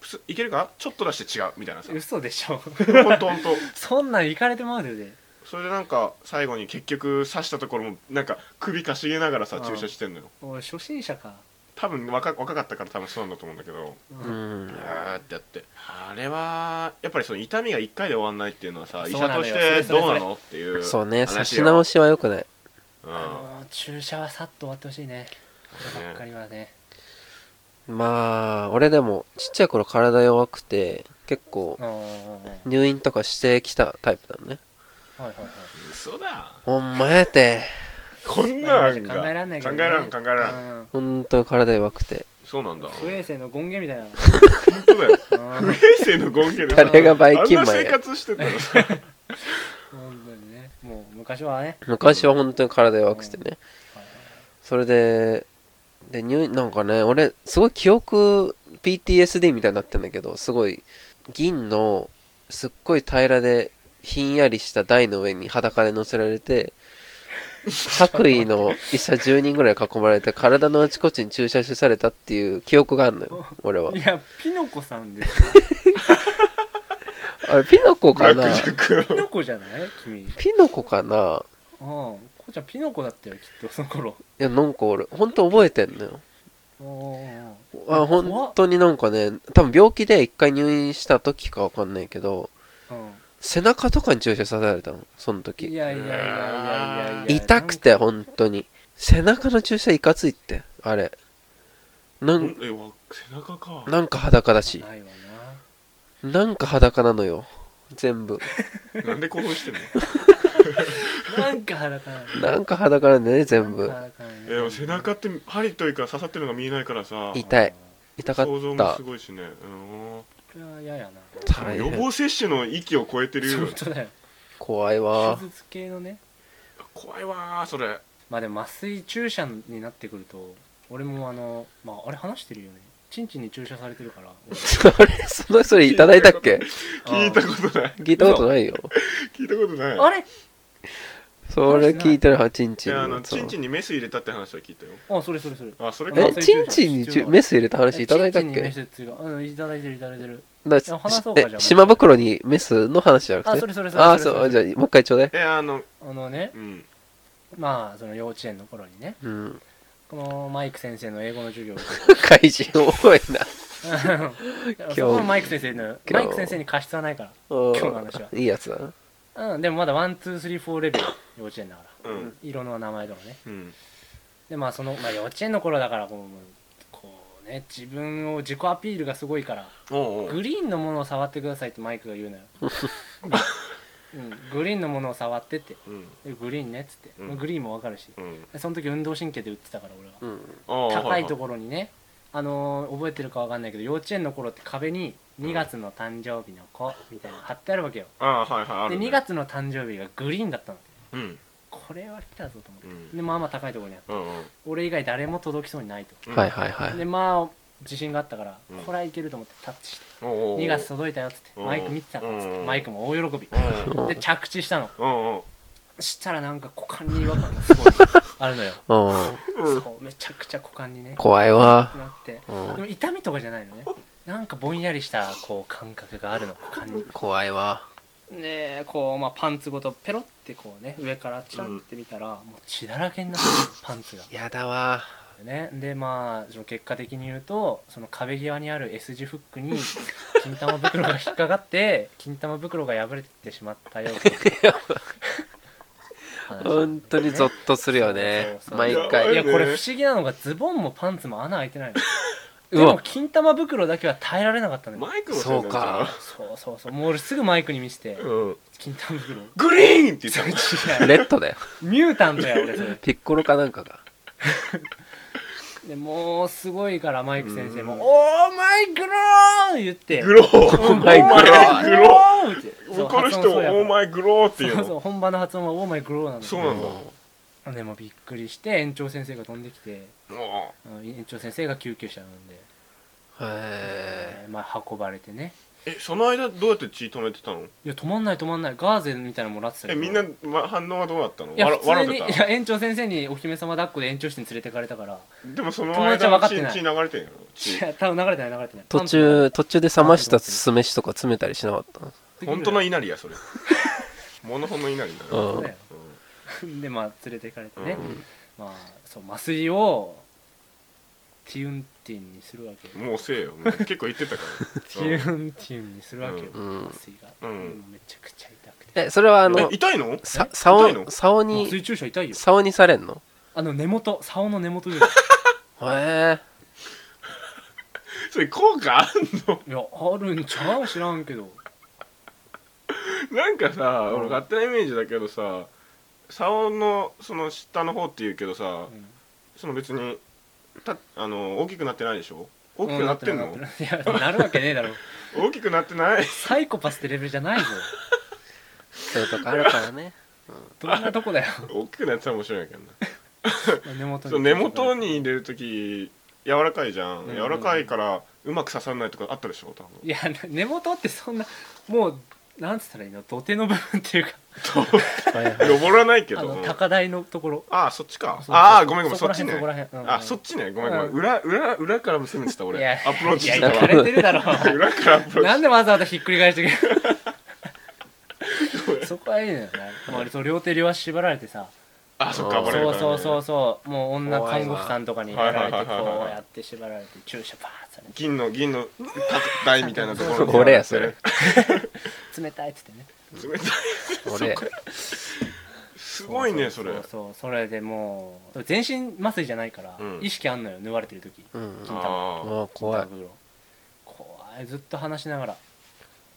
[SPEAKER 3] プスいけるかちょっと出して違うみたいなさ
[SPEAKER 1] 嘘でしょ
[SPEAKER 3] ほんとほんと
[SPEAKER 1] *laughs* そんなん行かれてまうでね
[SPEAKER 3] それでなんか最後に結局刺したところもなんか首かしげながらさ
[SPEAKER 1] うん
[SPEAKER 3] 注射してんのよ
[SPEAKER 1] おい初心者か
[SPEAKER 3] 多分若若かったから多分そうなんだと思うんだけど
[SPEAKER 1] う
[SPEAKER 2] うんん
[SPEAKER 3] あーってやってあれはやっぱりその痛みが1回で終わんないっていうのはさ医
[SPEAKER 1] そう
[SPEAKER 3] 者
[SPEAKER 1] なのよ
[SPEAKER 3] としてどう
[SPEAKER 1] それそれ
[SPEAKER 3] なのっていう
[SPEAKER 2] そうね差
[SPEAKER 3] 話
[SPEAKER 2] し
[SPEAKER 3] よ
[SPEAKER 2] 直しは良くない
[SPEAKER 3] うん
[SPEAKER 1] あのー注射はさっと終わってほしいねこればっかりはね
[SPEAKER 2] まあ俺でもちっちゃい頃体弱くて結構
[SPEAKER 1] うんうんうんうんはい
[SPEAKER 2] 入院とかしてきたタイプだね
[SPEAKER 1] はいはい
[SPEAKER 3] 嘘だ
[SPEAKER 2] ほんまやて
[SPEAKER 3] こんなん
[SPEAKER 1] 考えらんないけ
[SPEAKER 3] 考
[SPEAKER 1] ど
[SPEAKER 3] え
[SPEAKER 1] ね
[SPEAKER 3] らん考えらん
[SPEAKER 1] うん
[SPEAKER 2] ほんとに体弱くて
[SPEAKER 3] そうなんだ
[SPEAKER 1] 不衛生の権限みたいな
[SPEAKER 3] 本当
[SPEAKER 2] *laughs*
[SPEAKER 3] だよ
[SPEAKER 1] うん
[SPEAKER 3] 不衛生の権限で
[SPEAKER 2] 誰がバイキン
[SPEAKER 3] あ
[SPEAKER 2] マ
[SPEAKER 3] んな
[SPEAKER 2] ン
[SPEAKER 3] 生
[SPEAKER 2] や
[SPEAKER 3] 活してたら
[SPEAKER 2] *laughs*
[SPEAKER 3] さ
[SPEAKER 1] 本当にねもう昔はね
[SPEAKER 2] 昔は本当に体弱くしてねそれでで入なんかね俺すごい記憶 PTSD みたいになってんだけどすごい銀のすっごい平らでひんやりした台の上に裸で乗せられて白衣の医者10人ぐらい囲まれて体のあちこちに注射しされたっていう記憶があるのよ俺はい
[SPEAKER 1] やピノコさんです
[SPEAKER 2] あれピノコ
[SPEAKER 3] ブラ
[SPEAKER 2] か
[SPEAKER 3] *laughs* ッ
[SPEAKER 2] な
[SPEAKER 3] クジャッ
[SPEAKER 1] ピ
[SPEAKER 2] *laughs*
[SPEAKER 3] ク
[SPEAKER 1] ノコじゃない君うん
[SPEAKER 2] ピノコかな
[SPEAKER 1] こうちゃんピノコだったよきっとその頃
[SPEAKER 2] いやなんか俺本当覚えてんのよ
[SPEAKER 1] おー
[SPEAKER 2] あ本当になんかね多分病気で一回入院した時かわかんないけど
[SPEAKER 1] う
[SPEAKER 2] 背中とかに注射刺されたのその
[SPEAKER 1] ん、い
[SPEAKER 2] 時
[SPEAKER 1] やいやいやいやいやいや
[SPEAKER 2] 痛くて本当に背中の注射いかついってあれなん
[SPEAKER 3] えわ背中か
[SPEAKER 2] なんか裸だし
[SPEAKER 1] ないわ
[SPEAKER 2] なんか裸なのよ全部
[SPEAKER 3] なんで興奮してんの
[SPEAKER 1] ななんか裸なの
[SPEAKER 2] なんか裸なんだよね全部
[SPEAKER 1] なんか裸なの
[SPEAKER 3] えでも背中って針というか刺さってるのが見えないからさ
[SPEAKER 2] 痛い痛かっ
[SPEAKER 3] 想像も
[SPEAKER 2] た
[SPEAKER 3] すごいしねうん
[SPEAKER 1] それは嫌やな
[SPEAKER 2] 大
[SPEAKER 3] 予
[SPEAKER 2] 変
[SPEAKER 3] 防接種の域を超えてるよ
[SPEAKER 1] 本当だよ
[SPEAKER 2] 怖い
[SPEAKER 1] 手
[SPEAKER 2] わ *laughs*
[SPEAKER 1] 術系のね
[SPEAKER 3] 怖いわーそれ
[SPEAKER 1] まあでも麻酔注射になってくると俺もあのまああれ話してるよねチンチンに注射されてるから
[SPEAKER 2] それそのそれいただいたっけ
[SPEAKER 3] 聞いたことない
[SPEAKER 2] 聞いたことないよ
[SPEAKER 3] 聞いたことない
[SPEAKER 1] あれ
[SPEAKER 2] それ聞いてるはちんち
[SPEAKER 3] い
[SPEAKER 2] ん
[SPEAKER 3] やあの
[SPEAKER 2] の
[SPEAKER 3] チンチンにメス入れたって話は聞いたよ
[SPEAKER 1] あそれそれそれ
[SPEAKER 3] あそれ
[SPEAKER 1] 麻
[SPEAKER 3] か
[SPEAKER 2] え
[SPEAKER 1] 酔
[SPEAKER 2] ちんちんにちゅメス入れた話いただいたっ
[SPEAKER 1] チンチンにメ
[SPEAKER 2] け
[SPEAKER 1] スっていうかうんいただいてるいただいてる
[SPEAKER 2] だ
[SPEAKER 1] いや話そうかじゃ
[SPEAKER 2] え
[SPEAKER 1] あ
[SPEAKER 2] 島袋にメスの話じゃなくて
[SPEAKER 1] あそれそれそれ
[SPEAKER 2] あ
[SPEAKER 1] それ
[SPEAKER 2] そ
[SPEAKER 1] そうれ
[SPEAKER 2] じゃあもう一回ちょうだい
[SPEAKER 3] えあの
[SPEAKER 1] あのね
[SPEAKER 3] うん
[SPEAKER 1] まあその幼稚園の頃にね
[SPEAKER 2] うん *laughs*
[SPEAKER 1] このマイク先生の英語の授業を
[SPEAKER 2] 怪人多い
[SPEAKER 1] *laughs*
[SPEAKER 2] な
[SPEAKER 1] うんそこはマイク先生の
[SPEAKER 2] 日
[SPEAKER 1] マイク先生に過失はないか
[SPEAKER 2] 今
[SPEAKER 1] 日の話はい
[SPEAKER 2] いやつだな
[SPEAKER 1] らうんでもまだワンツースリーフォーレベル幼稚園だから
[SPEAKER 3] うん
[SPEAKER 1] 色の名前とかね
[SPEAKER 3] うん
[SPEAKER 1] でまあその、まあ、幼稚園の頃だからこうもうこうね自分を自己アピールがすごいから
[SPEAKER 3] おうおう
[SPEAKER 1] グリーンのものを触ってくださいってマイクが言う
[SPEAKER 3] *laughs*
[SPEAKER 1] のよ、うん、グリーンのものを触ってって
[SPEAKER 3] うん
[SPEAKER 1] でグリーンねっつって、
[SPEAKER 3] うん
[SPEAKER 1] まあグリーンもわかるし
[SPEAKER 3] うん
[SPEAKER 1] でその時運動神経で打ってたから俺は、
[SPEAKER 2] うん
[SPEAKER 1] 高いとこ
[SPEAKER 3] ろ
[SPEAKER 1] ろにねあのー覚えてるかわかんないけど幼稚園の頃って壁に2月の誕生日の子みたいなの貼ってあるわけよ
[SPEAKER 3] ああはいはいあ
[SPEAKER 1] で
[SPEAKER 3] るね
[SPEAKER 1] 2月の誕生日がグリーンだったの
[SPEAKER 3] うん
[SPEAKER 1] これは来たぞと思って、
[SPEAKER 3] うん
[SPEAKER 1] でまあまあ高いところにあって
[SPEAKER 3] うんうん
[SPEAKER 1] 俺以外誰も届きそうにないと
[SPEAKER 3] うん
[SPEAKER 2] はいはいは
[SPEAKER 1] で
[SPEAKER 2] い
[SPEAKER 1] まあ自信があったから、
[SPEAKER 3] うん
[SPEAKER 1] これはいけると思ってタッチして
[SPEAKER 3] おうおうおう
[SPEAKER 1] 2月届いたよっつって
[SPEAKER 3] うん
[SPEAKER 1] マイク見てたからっつっ
[SPEAKER 3] う
[SPEAKER 1] て
[SPEAKER 3] ん
[SPEAKER 1] マイクも大喜び
[SPEAKER 3] うん
[SPEAKER 1] で着地したの
[SPEAKER 3] うんうん
[SPEAKER 1] したらなんか股間に違和感がすごいあるのよ
[SPEAKER 2] うん
[SPEAKER 1] そうめちゃくちゃ股間にね
[SPEAKER 2] 怖いわ
[SPEAKER 1] なって
[SPEAKER 2] うん
[SPEAKER 1] でも痛みとかじゃないのねなんかぼんやりしたこう感覚があるの股間に
[SPEAKER 2] 怖いわ
[SPEAKER 1] でこう、まあ、パンツごとペロってこうね上からチラって見たら、もう血だらけになってるパンツが
[SPEAKER 2] やだわ
[SPEAKER 1] ね、でまあその結果的に言うとその壁際にある S 字フックに金玉袋が引っかかって金玉袋が破れてしまったような話
[SPEAKER 2] 本当にゾッとするよね
[SPEAKER 1] そうそう
[SPEAKER 2] 毎
[SPEAKER 1] い
[SPEAKER 2] 回
[SPEAKER 1] やこれ不思議なのがズボンもパンツも穴開いてないの
[SPEAKER 2] う
[SPEAKER 1] でも
[SPEAKER 2] わ
[SPEAKER 1] 金玉袋だけは耐えられなかったのよ
[SPEAKER 3] マイクの
[SPEAKER 2] そうか
[SPEAKER 1] そうそうそうもう俺すぐマイクに見せて
[SPEAKER 3] せいなんじゃないうん
[SPEAKER 1] 金玉袋を
[SPEAKER 3] グリーンって言って
[SPEAKER 2] レッドだよ
[SPEAKER 1] *laughs* ミュータントや俺それ
[SPEAKER 2] ピッコロかなんかが
[SPEAKER 1] でもうすごいからマイク先生も
[SPEAKER 3] う
[SPEAKER 1] 「
[SPEAKER 3] ん
[SPEAKER 1] おーマイクロー!」言って
[SPEAKER 3] グロー
[SPEAKER 1] お
[SPEAKER 2] *laughs* マイクロ
[SPEAKER 3] ーグロ
[SPEAKER 1] ーって
[SPEAKER 3] ー怒る人をオー
[SPEAKER 1] イ
[SPEAKER 3] マイグローって
[SPEAKER 1] グ
[SPEAKER 3] 言う
[SPEAKER 1] ロー
[SPEAKER 3] の
[SPEAKER 1] 本場の発音はオーマイグローなんだけ
[SPEAKER 3] そう
[SPEAKER 1] ど
[SPEAKER 3] なんだ
[SPEAKER 1] でもびっくりして園長先生が飛んできて
[SPEAKER 3] お
[SPEAKER 1] あ
[SPEAKER 3] う
[SPEAKER 1] の園長先生が救急車呼んで、
[SPEAKER 2] へ
[SPEAKER 1] えーまあ、運ばれてね
[SPEAKER 3] えその間どうやって血止めてたの
[SPEAKER 1] いや止まんない止まんないガーゼみたいなのもらってたけ
[SPEAKER 3] え
[SPEAKER 1] ど
[SPEAKER 3] みんなま反応はどうだったの
[SPEAKER 1] いや
[SPEAKER 3] わ
[SPEAKER 1] 普通
[SPEAKER 3] 笑
[SPEAKER 1] にい
[SPEAKER 3] って
[SPEAKER 1] や園長先生にお姫様抱っこで園長室に連れてかれたから
[SPEAKER 3] たでもその
[SPEAKER 1] 友達は分か
[SPEAKER 3] 間
[SPEAKER 1] ってない
[SPEAKER 3] 血血流れてんの
[SPEAKER 1] い
[SPEAKER 3] 血
[SPEAKER 1] や多分流れてない流れてない
[SPEAKER 2] 途中途中で冷ました酢飯とか詰めたりしなかっ
[SPEAKER 3] 本当の
[SPEAKER 1] い
[SPEAKER 3] 稲荷
[SPEAKER 1] *laughs*
[SPEAKER 3] やそれモノホンの稲荷だ
[SPEAKER 2] た
[SPEAKER 3] な
[SPEAKER 2] うん
[SPEAKER 1] でまあ連れてかれてね、
[SPEAKER 3] うん
[SPEAKER 1] まあそう麻酔をティウンティンにするわけよ
[SPEAKER 3] もうせえよもう結構言ってたか
[SPEAKER 1] ティウンティウンにするわけよ、
[SPEAKER 2] うん
[SPEAKER 1] 麻酔が、
[SPEAKER 3] うん
[SPEAKER 1] でもめちゃくちゃ痛くて
[SPEAKER 2] えそ
[SPEAKER 1] *laughs*
[SPEAKER 2] れはあ
[SPEAKER 3] らえ
[SPEAKER 2] の
[SPEAKER 3] 痛いの
[SPEAKER 1] え
[SPEAKER 2] さ
[SPEAKER 3] 痛い
[SPEAKER 2] 竿
[SPEAKER 3] の
[SPEAKER 2] 竿
[SPEAKER 1] 麻
[SPEAKER 2] に
[SPEAKER 1] 酔注射痛いよ
[SPEAKER 2] 竿にされんの
[SPEAKER 1] あの根元竿の根元
[SPEAKER 3] *laughs*
[SPEAKER 1] で
[SPEAKER 2] へえ
[SPEAKER 3] それ効果あんの
[SPEAKER 1] いやあるんちゃう知らんけど
[SPEAKER 3] なんかさ
[SPEAKER 1] うん
[SPEAKER 3] 俺勝手なイメージだけどさ竿のその下の方って言うけどさ
[SPEAKER 1] うん
[SPEAKER 3] その別にたあの大きくなってないでしょ大きくなってんの、
[SPEAKER 1] うんなってるなってるいやなるわけねえだろ
[SPEAKER 3] 大きくなってない
[SPEAKER 1] サイコパスってレベルじゃないぞ
[SPEAKER 2] そういうとこあるからね。
[SPEAKER 1] どんなとこだよ
[SPEAKER 3] 大きくなってたら
[SPEAKER 1] *laughs*
[SPEAKER 3] 面白いんやけどな
[SPEAKER 1] 根元
[SPEAKER 3] そう根元に入れる時柔らかいじゃん、
[SPEAKER 1] うん
[SPEAKER 3] 柔らかいからうまく刺さらないとかあったでしょ多分
[SPEAKER 1] いや根元ってそんなもうなんつったらいいの土手の部分っていうか
[SPEAKER 2] はいはい
[SPEAKER 3] 登らないけ
[SPEAKER 1] あ
[SPEAKER 3] ど
[SPEAKER 1] の
[SPEAKER 3] うん
[SPEAKER 1] 高台のところ
[SPEAKER 3] ああそっちか
[SPEAKER 1] そう
[SPEAKER 3] ああごめんごめんそ
[SPEAKER 1] こら
[SPEAKER 3] っちね
[SPEAKER 1] 辺こら辺うん
[SPEAKER 3] あそっちねごめんごめん、
[SPEAKER 1] うん
[SPEAKER 3] 裏裏裏からも攻めてた
[SPEAKER 1] い
[SPEAKER 3] 俺
[SPEAKER 1] や
[SPEAKER 3] アプローチし
[SPEAKER 1] い
[SPEAKER 3] て
[SPEAKER 1] やい
[SPEAKER 3] た
[SPEAKER 1] や
[SPEAKER 3] わ
[SPEAKER 1] かれてるだろ
[SPEAKER 3] 裏からアプローチ
[SPEAKER 1] なんでわざわざひっくり返してくるそこはいいのよなもうあれそう両手両足縛られてさ
[SPEAKER 3] あそっか
[SPEAKER 2] あ
[SPEAKER 3] 暴
[SPEAKER 1] そ
[SPEAKER 3] れるから、
[SPEAKER 1] う
[SPEAKER 3] ね、
[SPEAKER 1] そうそうそうもう女
[SPEAKER 2] 怖いわ
[SPEAKER 1] 看護婦さんとかにやられて
[SPEAKER 3] はいはいはいはい
[SPEAKER 1] こうやって縛られて注射バーッてね
[SPEAKER 3] 銀の銀の台みたいなところに
[SPEAKER 2] 俺やそれ
[SPEAKER 1] 冷たいっつってね
[SPEAKER 3] 冷たい
[SPEAKER 2] 俺
[SPEAKER 3] すごいねそれ
[SPEAKER 1] そうそうそれでもう全身麻酔じゃないから
[SPEAKER 3] うん
[SPEAKER 1] 意識あんのよ縫われてる時
[SPEAKER 2] うん
[SPEAKER 1] う
[SPEAKER 2] あ
[SPEAKER 3] あ
[SPEAKER 2] あ怖い
[SPEAKER 1] タブロ怖いずっと話しながら「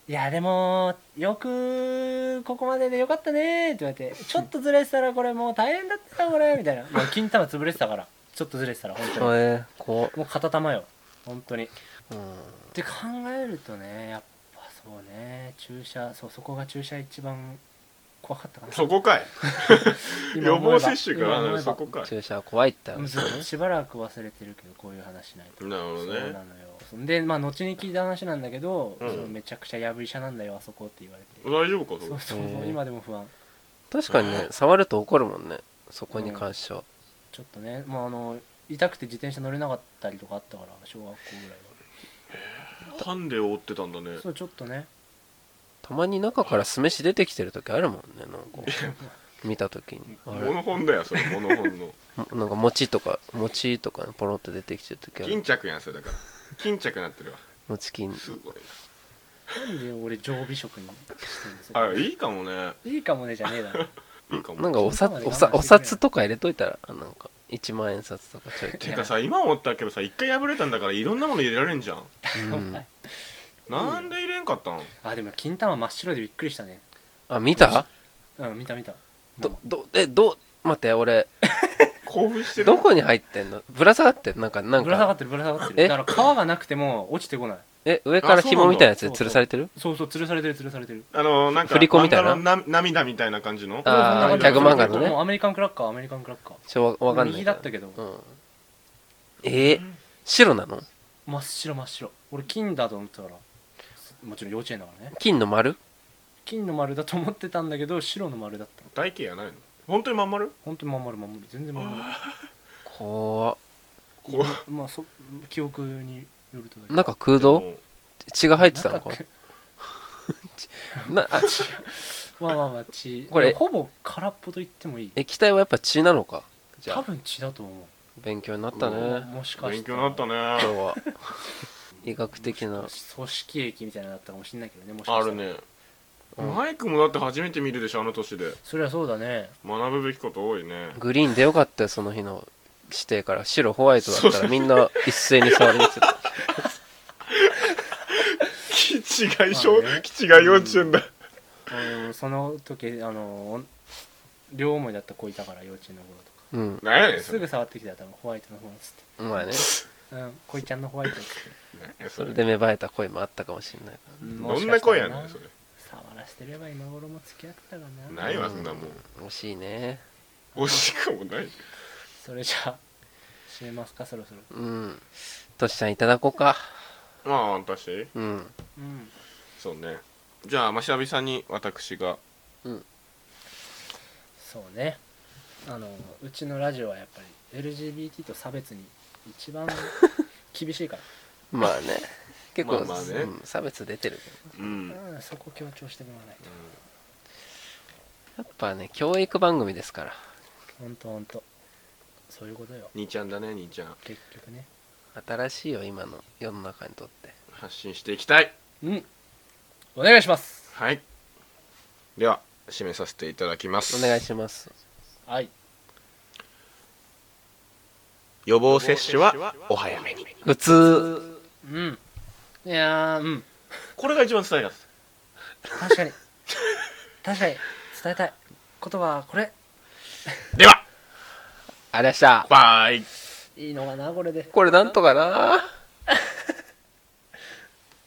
[SPEAKER 1] いやでもよくここまででよかったね」って言われて
[SPEAKER 3] *laughs*
[SPEAKER 1] 「ちょっとずれてたらこれもう大変だったよこれ」みたいな *laughs* もう金玉潰れてたからちょっとずれてたら本当に
[SPEAKER 2] えー怖っ
[SPEAKER 1] もう片玉よ本当にっ
[SPEAKER 2] うん
[SPEAKER 1] て考えるとねやっぱそうね注射そうそこが注射一番怖かったか
[SPEAKER 3] あ
[SPEAKER 1] な
[SPEAKER 3] そこかい
[SPEAKER 1] 今
[SPEAKER 3] 予
[SPEAKER 1] 思え
[SPEAKER 3] 防
[SPEAKER 1] ば
[SPEAKER 3] 接種か
[SPEAKER 1] 今思え
[SPEAKER 3] ら
[SPEAKER 1] ば
[SPEAKER 3] そこかい
[SPEAKER 2] 注射は怖いって
[SPEAKER 1] うん
[SPEAKER 2] 話
[SPEAKER 1] ずっとしばらく忘れてるけどこういう話しないと
[SPEAKER 3] なるほど
[SPEAKER 1] そう
[SPEAKER 3] ね
[SPEAKER 1] なのよでまあ後に聞いた話なんだけど、
[SPEAKER 3] うん
[SPEAKER 1] そのめちゃくちゃやぶ医者なんだよあそこって言われて、
[SPEAKER 3] 大丈夫かそれ
[SPEAKER 1] そうそう
[SPEAKER 2] へー
[SPEAKER 1] 今でも不安
[SPEAKER 2] 確かにね触ると怒るもんねそこに関しては
[SPEAKER 1] ちょっとねまああの痛くて自転車乗れなかったりとかあったから小学校ぐらい
[SPEAKER 3] ハンデを追ってたんだね
[SPEAKER 1] はそうちょっとね
[SPEAKER 2] たまに中から酢飯出てきてる時あるもんねなんか見た時にあ
[SPEAKER 3] モノホンだよそれモノホンの
[SPEAKER 2] れなんか餅とか餅とかねポロって出てきてる時あ
[SPEAKER 3] 巾
[SPEAKER 2] る
[SPEAKER 3] 着やんそれだから巾着になってるわ
[SPEAKER 2] 餅金
[SPEAKER 3] すごい
[SPEAKER 1] なんで俺常備食にしてるんです
[SPEAKER 3] あ
[SPEAKER 1] よ
[SPEAKER 3] いいかもね
[SPEAKER 1] いいかもねじゃねえだろ *laughs*
[SPEAKER 3] いいかも
[SPEAKER 2] なんかおさ
[SPEAKER 1] そんなの
[SPEAKER 2] お
[SPEAKER 1] 我慢して
[SPEAKER 2] さ
[SPEAKER 1] くれ
[SPEAKER 2] お札とか入れといたらあなんか1万円札とかちょいち
[SPEAKER 3] てかさ今思ったけどさ一回破れたんだからいろんなもの入れられんじゃん
[SPEAKER 2] ょい、うん、
[SPEAKER 3] なんで入れんかったの
[SPEAKER 1] あでも金玉真っ白でびっくりしたね
[SPEAKER 2] あ見た
[SPEAKER 1] うん見た見た
[SPEAKER 2] どどえどう待って俺
[SPEAKER 3] 興奮してる
[SPEAKER 2] どこに入ってんのぶら下がってんなんかなん
[SPEAKER 1] ぶら下が
[SPEAKER 2] か
[SPEAKER 1] ってるぶら下がって
[SPEAKER 2] え
[SPEAKER 1] るだから皮がなくても落ちてこない
[SPEAKER 2] え上から紐みたいなやつで吊るされてる
[SPEAKER 1] そうそう吊るされてる吊るされてる
[SPEAKER 3] あのなんか
[SPEAKER 2] 振り子みたいな
[SPEAKER 3] 漫画の涙みたいな感じの
[SPEAKER 2] あ
[SPEAKER 3] ー
[SPEAKER 1] そうそう
[SPEAKER 3] ギャグ漫画の
[SPEAKER 2] ね
[SPEAKER 1] もうアメリカンクラッカーアメリカンクラッカー
[SPEAKER 2] ちょわわかんない
[SPEAKER 1] 右だったけど、
[SPEAKER 2] うんえー白なの
[SPEAKER 1] 真っ白真っ白俺金だと思ってたからもちろん幼稚園だからね
[SPEAKER 2] 金の丸
[SPEAKER 1] 金の丸だと思ってたんだけど白の丸だった
[SPEAKER 3] 台形やないの本当にまん丸
[SPEAKER 1] 本当にまん丸まん丸全然まん丸
[SPEAKER 2] 怖っ
[SPEAKER 3] こ
[SPEAKER 1] まあそ記憶によるとだけ
[SPEAKER 2] なんか空
[SPEAKER 3] う
[SPEAKER 2] 洞血が入ってた
[SPEAKER 1] な
[SPEAKER 2] の
[SPEAKER 1] んか
[SPEAKER 2] これなあ血
[SPEAKER 1] まあまあまあ血
[SPEAKER 2] これ
[SPEAKER 1] いやほぼ空っぽと言ってもいい
[SPEAKER 2] 液体はやっぱ血なのかじゃ
[SPEAKER 1] 多
[SPEAKER 2] あ
[SPEAKER 1] 分血だと思
[SPEAKER 2] 勉強になったね
[SPEAKER 3] う
[SPEAKER 1] う、
[SPEAKER 2] 今
[SPEAKER 1] もしかし
[SPEAKER 3] 勉
[SPEAKER 1] た
[SPEAKER 3] 強
[SPEAKER 1] ら
[SPEAKER 3] になった
[SPEAKER 2] 日
[SPEAKER 3] ね
[SPEAKER 2] は医学的な
[SPEAKER 1] 組織液みたいなのだったかもしれないけどねもしか
[SPEAKER 3] あ
[SPEAKER 1] したら
[SPEAKER 3] るね
[SPEAKER 2] うん
[SPEAKER 3] マイクもだって初めて見るでしょあの年で
[SPEAKER 1] それはそうだね
[SPEAKER 3] 学ぶべきこと多いね
[SPEAKER 2] グリーンでよかったよその日の指定から白ホワイトだっ
[SPEAKER 3] そう
[SPEAKER 2] た
[SPEAKER 3] そ
[SPEAKER 2] らみんな一斉に触りに来てた
[SPEAKER 3] 気違い
[SPEAKER 1] ま
[SPEAKER 3] 小
[SPEAKER 1] あね
[SPEAKER 3] 気違い幼稚園だ
[SPEAKER 1] うんその時あの両思いだった子いたから幼稚園の頃とか
[SPEAKER 2] うん
[SPEAKER 3] 何やねんそ
[SPEAKER 1] す
[SPEAKER 3] れ
[SPEAKER 1] ぐ触ってきたら多分ホワイトの方っつっ
[SPEAKER 2] まあね
[SPEAKER 1] て「うん恋ちゃんのホワイト」っつって
[SPEAKER 3] 何やそ
[SPEAKER 2] そ
[SPEAKER 3] れ
[SPEAKER 2] れで芽生えた恋もあったかもしれない
[SPEAKER 3] どんな声やねんそれ
[SPEAKER 1] 触らせてれば今頃も付き合ってたかな
[SPEAKER 3] ないわそんなもん
[SPEAKER 2] 惜しいね
[SPEAKER 3] 惜しくもない
[SPEAKER 1] それじゃあ閉めますかそろそろ
[SPEAKER 2] うんトシちゃんいただこうか
[SPEAKER 3] まあ私
[SPEAKER 2] うん
[SPEAKER 1] うん
[SPEAKER 3] そうねじゃあまあ久々に私が
[SPEAKER 1] そうねあのうちのラジオはやっぱり LGBT と差別に一 *laughs* 番厳しいか
[SPEAKER 2] まあ
[SPEAKER 3] *laughs*
[SPEAKER 2] ね結構、
[SPEAKER 3] まあまあね
[SPEAKER 2] うん差別出てるけ
[SPEAKER 3] う
[SPEAKER 1] ら、
[SPEAKER 3] ん
[SPEAKER 1] うん、そこ強調してもらわないと
[SPEAKER 2] どやっぱね教育番組ですから
[SPEAKER 1] ほんとほんとそういうことよ
[SPEAKER 3] 兄ちゃんだね兄ちゃん
[SPEAKER 1] 結局ね
[SPEAKER 2] 新しいよ今の世の中にとって
[SPEAKER 3] 発信していきたい
[SPEAKER 1] うんお願いします
[SPEAKER 3] はいでは締めさせていただきます
[SPEAKER 2] お願いします
[SPEAKER 1] はい
[SPEAKER 3] 予防接種はお早めに
[SPEAKER 2] 普通
[SPEAKER 1] うんいやーうん
[SPEAKER 3] これが一番伝えやす
[SPEAKER 1] 確 *laughs* かに確かに伝えたい言葉はこれ
[SPEAKER 3] いでは
[SPEAKER 2] ありがとうございました
[SPEAKER 3] バイ
[SPEAKER 1] いいのかなこれで
[SPEAKER 2] これなんとかな